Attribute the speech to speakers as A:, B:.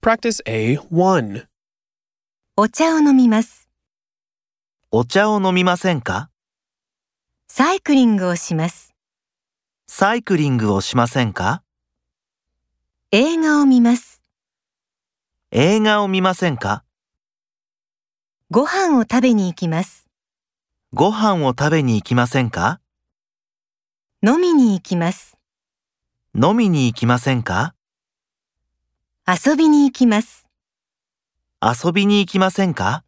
A: Practice A1.
B: お茶を飲みます。
C: お茶を飲みませんか
B: サイクリングをします。
C: サイクリングをしませんか
B: 映画を見ます。
C: 映画を見ませんか
B: ご飯を食べに行きます。
C: ご飯を食べに行きませんか
B: 飲みに行きます。
C: 飲みに行きませんか
B: 遊びに行きます。
C: 遊びに行きませんか